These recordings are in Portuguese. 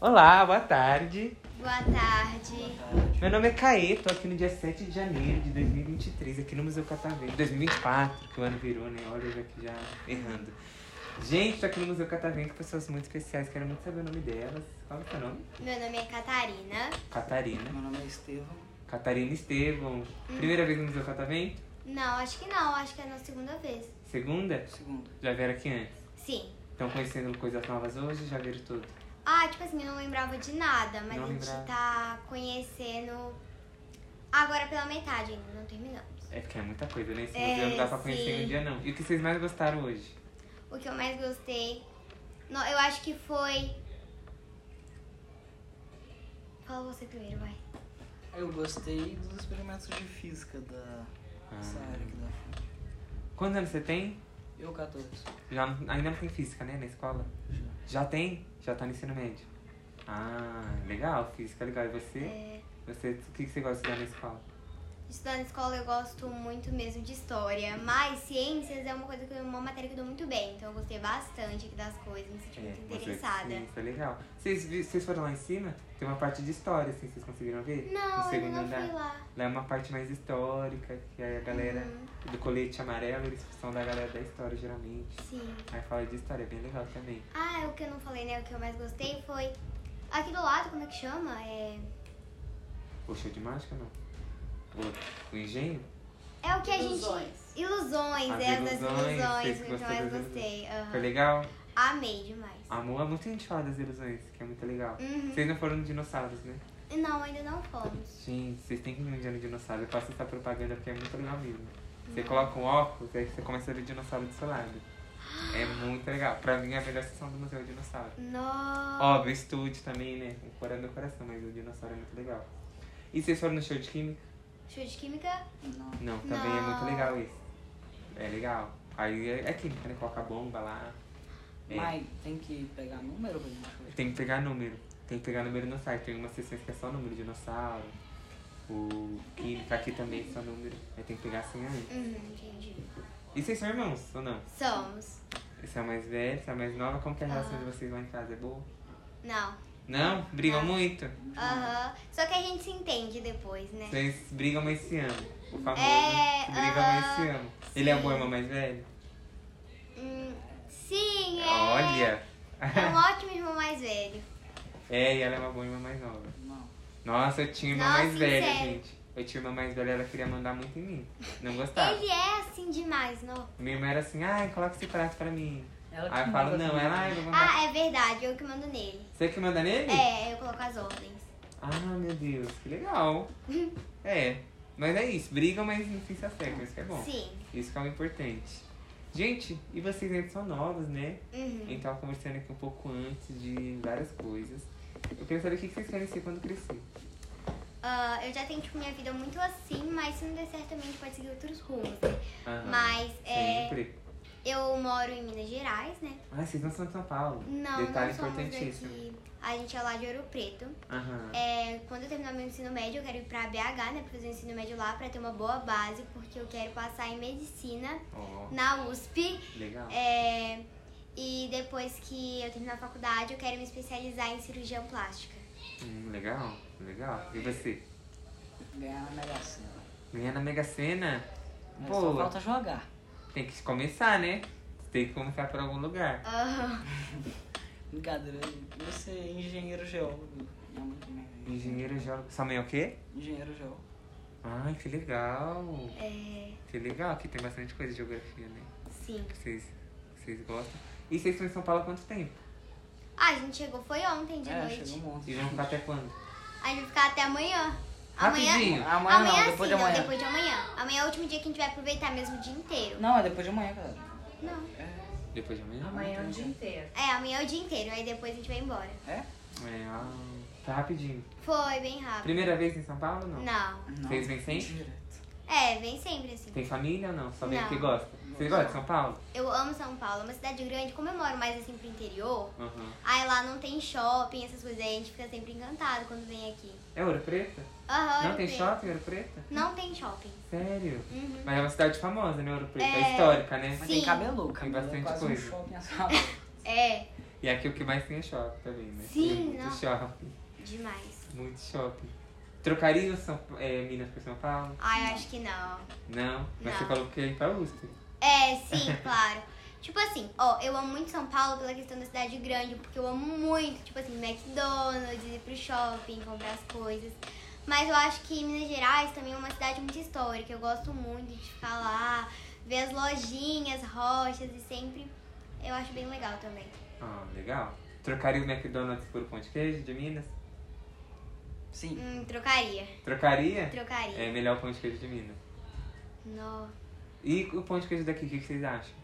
Olá, boa tarde. Boa tarde. Meu nome é Caê, tô aqui no dia 7 de janeiro de 2023, aqui no Museu Catavento. 2024, que o ano virou, né? Olha, eu já aqui já errando. Gente, tô aqui no Museu Catavento com pessoas muito especiais, quero muito saber o nome delas. Qual é o seu nome? Meu nome é Catarina. Catarina. Meu nome é Estevão. Catarina Estevão. Hum. Primeira vez no Museu Catavento? Não, acho que não. Acho que é a nossa segunda vez. Segunda? Segundo. Já vieram aqui antes? Sim. Estão conhecendo coisas novas hoje? Já viram tudo? Ah, tipo assim, eu não lembrava de nada, mas Não a gente lembrava. tá conhecendo agora pela metade ainda, não terminamos. É porque é muita coisa, né? Esse É, museu não dá pra conhecer em um sim. dia, não. E o que vocês mais gostaram hoje? O que eu mais gostei, no- eu acho que foi. Fala você primeiro, vai. Eu gostei dos experimentos de física da Ah. dessa área aqui da frente. Quantos anos você tem? Eu 14. Já, não- ainda não tem física, né? Na escola? Já. Já tem? Já tá no ensino médio. Ah, legal, física é legal. E você? Você, o que que você gosta de estudar na escola? Estudar na escola eu gosto muito mesmo de história, mas ciências é uma coisa que eu- uma matéria que eu dou muito bem, então eu gostei bastante aqui das coisas, me senti muito É, você- É, interessada. Sim, isso é legal. Vocês, vi- vocês foram lá em cima? Tem uma parte de história, assim, vocês conseguiram ver? Não, eu segundo não andar. fui lá. Lá é uma parte mais histórica, que aí a galera Uhum. do colete amarelo, eles são da galera da história, geralmente. Sim. Aí fala de história, é bem legal também. Ah, o que eu não falei, né? O que eu mais gostei foi. Aqui do lado, como é que chama? É, O show de mágica, não? O, o engenho? é o que a Ilusões. gente. Ilusões, As é das ilusões, Ah. ilusões, vocês foi o que eu gostaram mais das gostei. aham. Foi legal? Amei demais. Amor, muita gente fala das ilusões, que é muito legal. Uhum. Vocês não foram no dinossauros, né? E Não, ainda não fomos. Gente, vocês têm que ir um dia no dinossauro. Eu faço essa propaganda porque é muito legal mesmo. Você coloca um óculos, aí você começa a ver dinossauro do seu lado. É muito legal. Pra mim é a melhor sessão do Museu do Dinossauro. Nossa. Óbvio, estúdio também, né? O cor é meu coração, mas o dinossauro é muito legal. E vocês foram no show de química? Show de química? Não. Não, também é muito Não. legal esse. É legal. Aí é, é química, né? Coloca a bomba lá. É. Mas tem que pegar número pra gente ver. Tem que pegar número. Tem que pegar número no site. Tem umas sessões que é só número, dinossauro. O química aqui também é só número. Aí tem que pegar assim aí. Uhum, entendi. E vocês são irmãos ou não? Somos. Você é a mais velha, você é a mais nova. Como que Ah. é a relação de vocês lá em casa? É boa? Não. Não? Brigam muito? Aham. Só que a gente se entende depois, né? Vocês brigam, mas se amam. O famoso. É, Se brigam, mas se amam. Ele é o bom irmão mais velho? Hum, sim, é. Olha! É um ótimo irmão mais velho. É, e ela é uma boa irmã mais nova. Não. Nossa, eu tinha irmã Nossa, mais velha, sério? gente. Eu tinha irmã mais velha, ela queria mandar muito em mim. Não gostava. Ele é assim demais, não? Minha irmã era assim, ai, coloca esse prato pra mim. Ela que Aí eu manda falo, não, assim, ela, ai, né? vou mandar. Ah, é verdade, eu que mando nele. Você que manda nele? É, eu coloco as ordens. Ah, meu Deus, que legal. é, mas é isso, brigam, mas no fim se acertam, isso que é bom. Sim. Isso que é o importante. Gente, e vocês ainda são novos, né? A Uhum. gente tava conversando aqui um pouco antes de várias coisas. Eu queria saber o que que vocês querem ser quando crescer. Ah, eu já tenho, tipo, minha vida muito assim, mas se não der certo também a gente pode seguir outros rumos, né? Aham. Mas é, Sempre. eu moro em Minas Gerais, né? Ah, vocês não são de São Paulo. Não, Detalhe não somos importantíssimo. daqui. A gente é lá de Ouro Preto. Aham. É, quando eu terminar meu ensino médio, eu quero ir pra BH, né? Pra fazer o ensino médio lá, pra ter uma boa base, porque eu quero passar em medicina Ó, na USP. legal. É, e depois que eu terminar a faculdade, eu quero me especializar em cirurgia plástica. Hum, legal, legal. E você? né? Ganhar na Mega Sena. Ganhar na Mega Sena? Mas Só Boa. falta jogar. Tem que começar, né? Tem que começar por algum lugar. Aham. Brincadeira. Eu ia ser engenheiro geólogo. Minha mãe também. é Engenheiro geólogo. Sua mãe é o quê? Engenheiro geólogo. Ai, que legal. É, Que legal, aqui tem bastante coisa de geografia, né? sim. Que vocês, que vocês gostam. E vocês estão em São Paulo há quanto tempo? Ah, a gente chegou, foi ontem de é, noite. chegou um monte. E vão ficar até quando? A gente vai ficar até amanhã. Amanhã. Rapidinho. Amanhã, amanhã não, depois sim, de amanhã. não, depois de amanhã. Amanhã é o último dia que a gente vai aproveitar mesmo o dia inteiro. Não, é depois de amanhã, galera. Não. É. Depois de amanhã? Amanhã é o entendi. dia inteiro. É, amanhã é o dia inteiro, aí depois a gente vai embora. É? É, ah, tá rapidinho. Foi bem rápido. Primeira vez em São Paulo ou não? Não. Não. Vocês vêm sempre? Direto. É, vem sempre assim. Tem família ou não? Só vem Não. que gosta? Você gosta de São Paulo? Eu amo São Paulo, é uma cidade grande, como eu moro mais assim pro interior, Aham. aí lá não tem shopping, essas coisas, aí a gente fica sempre encantado quando vem aqui. É Ouro Preto? Aham, não eu tem sei. shopping em Ouro Preto? Não tem shopping. Sério? Uhum. Mas é uma cidade famosa, né, Ouro Preto? É, É. histórica, né? Mas Sim. tem cabelo, cabelo bastante é quase coisa. um shopping assalto. É, E aqui o que mais tem é shopping também, né? Sim, tem muito não. shopping, demais. muito shopping. Trocaria o São, é, Minas por São Paulo? Ai, eu acho que não. Não. Mas Não. você falou que ia ir pra USP. É, sim, claro. Tipo assim, ó, eu amo muito São Paulo pela questão da cidade grande, porque eu amo muito, tipo assim, McDonald's, ir pro shopping, comprar as coisas. Mas eu acho que Minas Gerais também é uma cidade muito histórica. Eu gosto muito de ficar lá, ver as lojinhas, rochas e sempre. Eu acho bem legal também. Ah, legal. Trocaria o McDonald's por pão de queijo de Minas? Sim. Hum, trocaria. Trocaria? Trocaria. É melhor o pão de queijo de Minas. Nó. E o pão de queijo daqui, o que que vocês acham?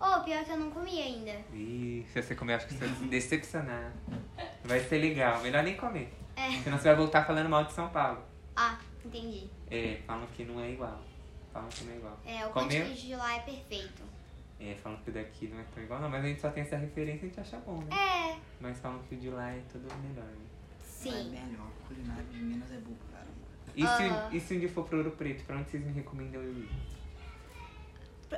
Oh, pior que eu não comi ainda. Ih, se você comer, acho que você vai se decepcionar. Vai ser legal. Melhor nem comer. É. Senão você vai voltar falando mal de São Paulo. Ah, entendi. É, falam que não é igual. Falam que não é igual. É, o pão de Comeu? queijo de lá é perfeito. É, falam que o daqui não é tão igual, não. Mas a gente só tem essa referência e a gente acha bom, né? É, Mas falam que o de lá é tudo melhor. Né? sim. É melhor. A culinária de Minas é boa, pra caramba. E, Ah. se, e se um dia for pro Ouro Preto, pra onde vocês me recomendam eu ir?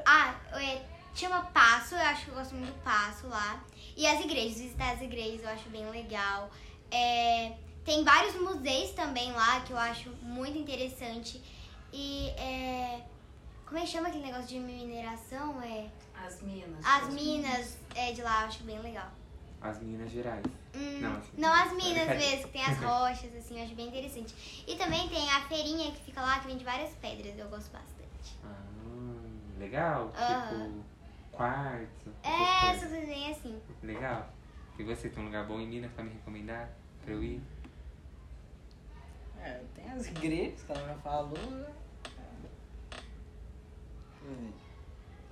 Ah, é, chama Passo, eu acho que eu gosto muito do Passo lá. E as igrejas, visitar as igrejas eu acho bem legal. É, tem vários museus também lá que eu acho muito interessante. E é, como é que chama aquele negócio de mineração? É, As minas. as minas é, de lá eu acho bem legal. As Minas Gerais. Hum, Não, não, as- as minas Brincadeira. mesmo, que tem as rochas, assim, eu acho bem interessante. E também tem a feirinha que fica lá, que vende várias pedras, eu gosto bastante. Ah, legal. Aham. Tipo, quartzo. É, essas essas coisas bem assim. coisas. Legal. E você tem um lugar bom em Minas pra me recomendar? Pra eu ir? É, tem as igrejas que ela já falou. né? É. Deixa eu ver.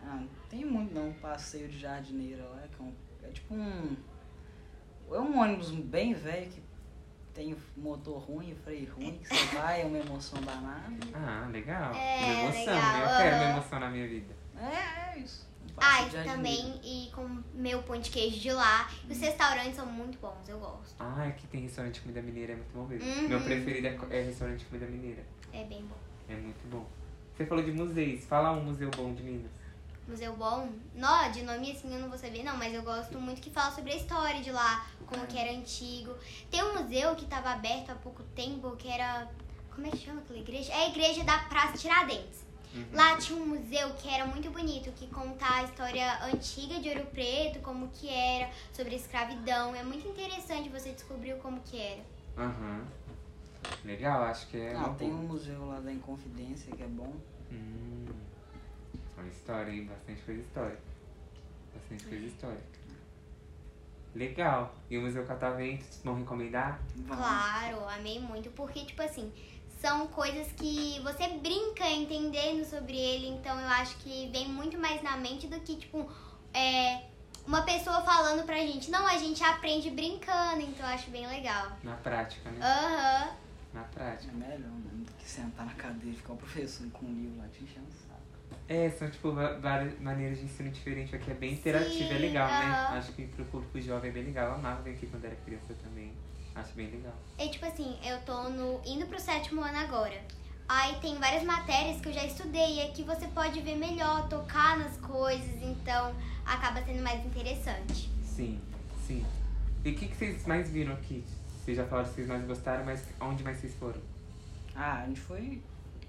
Ah, não tem muito não. Passeio de jardineira lá, que é, um- é tipo um. É um ônibus bem velho que tem motor ruim, freio ruim, que você vai, é uma emoção danada. Ah, legal. É, uma emoção, legal, né? Eu quero uma aham. emoção na minha vida. É, é isso. Um Ah, passeio e de jardineira. também e com meu pão de queijo de lá. E os restaurantes são muito bons, eu gosto. Ah, aqui tem restaurante de comida mineira, é muito bom mesmo. Uhum. Meu preferido é co- é restaurante de comida mineira. É bem bom. É muito bom. Você falou de museus. Fala um museu bom de Minas. Museu bom? Nó, de nome assim eu não vou saber, não, mas eu gosto muito que fala sobre a história de lá, como que era antigo. Tem um museu que tava aberto há pouco tempo, que era. Como é que chama aquela igreja? É a igreja da Praça Tiradentes. Uhum. Lá tinha um museu que era muito bonito, que conta a história antiga de Ouro Preto, como que era, sobre a escravidão. É muito interessante você descobrir como que era. Aham. Legal, acho que é Ah, uma tem boa. um museu lá da Inconfidência que é bom. Hum. Olha a história, hein? Bastante coisa histórica. Bastante coisa histórica. Legal. E o Museu Catavento, vocês vão recomendar? Vamos. Claro, amei muito, porque, tipo assim, são coisas que você brinca entendendo sobre ele, então eu acho que vem muito mais na mente do que, tipo, é, uma pessoa falando pra gente. Não, a gente aprende brincando, então eu acho bem legal. Na prática, Ah. né? Aham, Na É prática. melhor, né? Do que sentar na cadeira e ficar o professor com um livro lá te enchendo o saco. É, são tipo va- várias maneiras de ensino diferente aqui. É bem interativo, é legal, né? aham. Acho que pro público jovem é bem legal. Eu amava vir aqui quando era criança também. Acho bem legal. e tipo assim, eu tô no, indo pro sétimo ano agora. Aí tem várias matérias que eu já estudei e aqui você pode ver melhor, tocar nas coisas, então acaba sendo mais interessante. Sim, sim. E o que, que vocês mais viram aqui? Vocês já falaram que vocês mais gostaram, mas onde mais vocês foram? Ah, a gente foi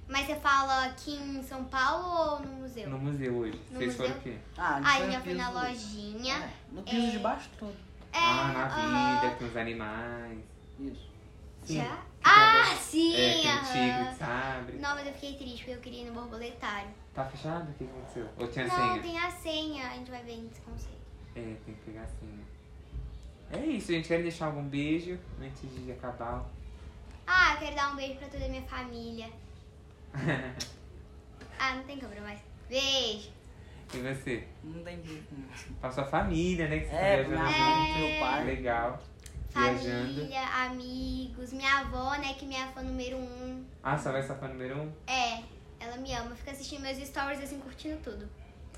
Mas você fala aqui em São Paulo ou no museu? No museu hoje. No vocês museu? foram o quê? Ah, Aí foi eu no fui na piso- lojinha. É, no piso É. de baixo todo. É, ah, na aham. vida, com os animais. Isso. Sim. Já? Ah, Ah, sim! ah. é, que é um tigre aham. de sabre. Não, mas eu fiquei triste porque eu queria ir no borboletário. Tá fechado? O que que aconteceu? Ou tinha Não, senha? tem a senha. A gente vai ver em desconselho. É, tem que pegar a senha. É isso, gente. Quero deixar algum beijo antes de acabar. Ah, eu quero dar um beijo pra toda a minha família. Ah, não tem câmera mais. Beijo! e você? Não tem jeito. não. Pra sua família, né? Que você É, tá minha viajando. mãe, meu pai. Legal. Viajando. Família, amigos, minha avó, né, que é minha fã número um. Ah, só vai safar número um? É, Ela me ama, fica assistindo meus stories, assim, curtindo tudo.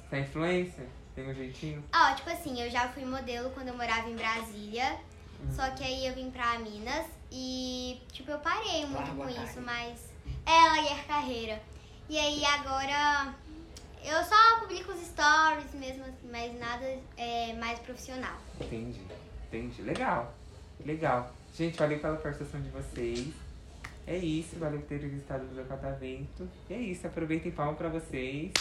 Você é influencer? Tem um jeitinho? Ó, tipo assim, eu já fui modelo quando eu morava em Brasília. Só que aí eu vim pra Minas e, tipo, eu parei muito Largou com a isso, carreira. mas. É, larguei a carreira. E aí agora eu só publico os stories mesmo, assim, mas nada é, mais profissional. Entendi, entendi. Legal, legal. Gente, valeu pela participação de vocês. É isso, valeu por terem visitado o Museu Catavento. E é isso, aproveitem palma pra vocês.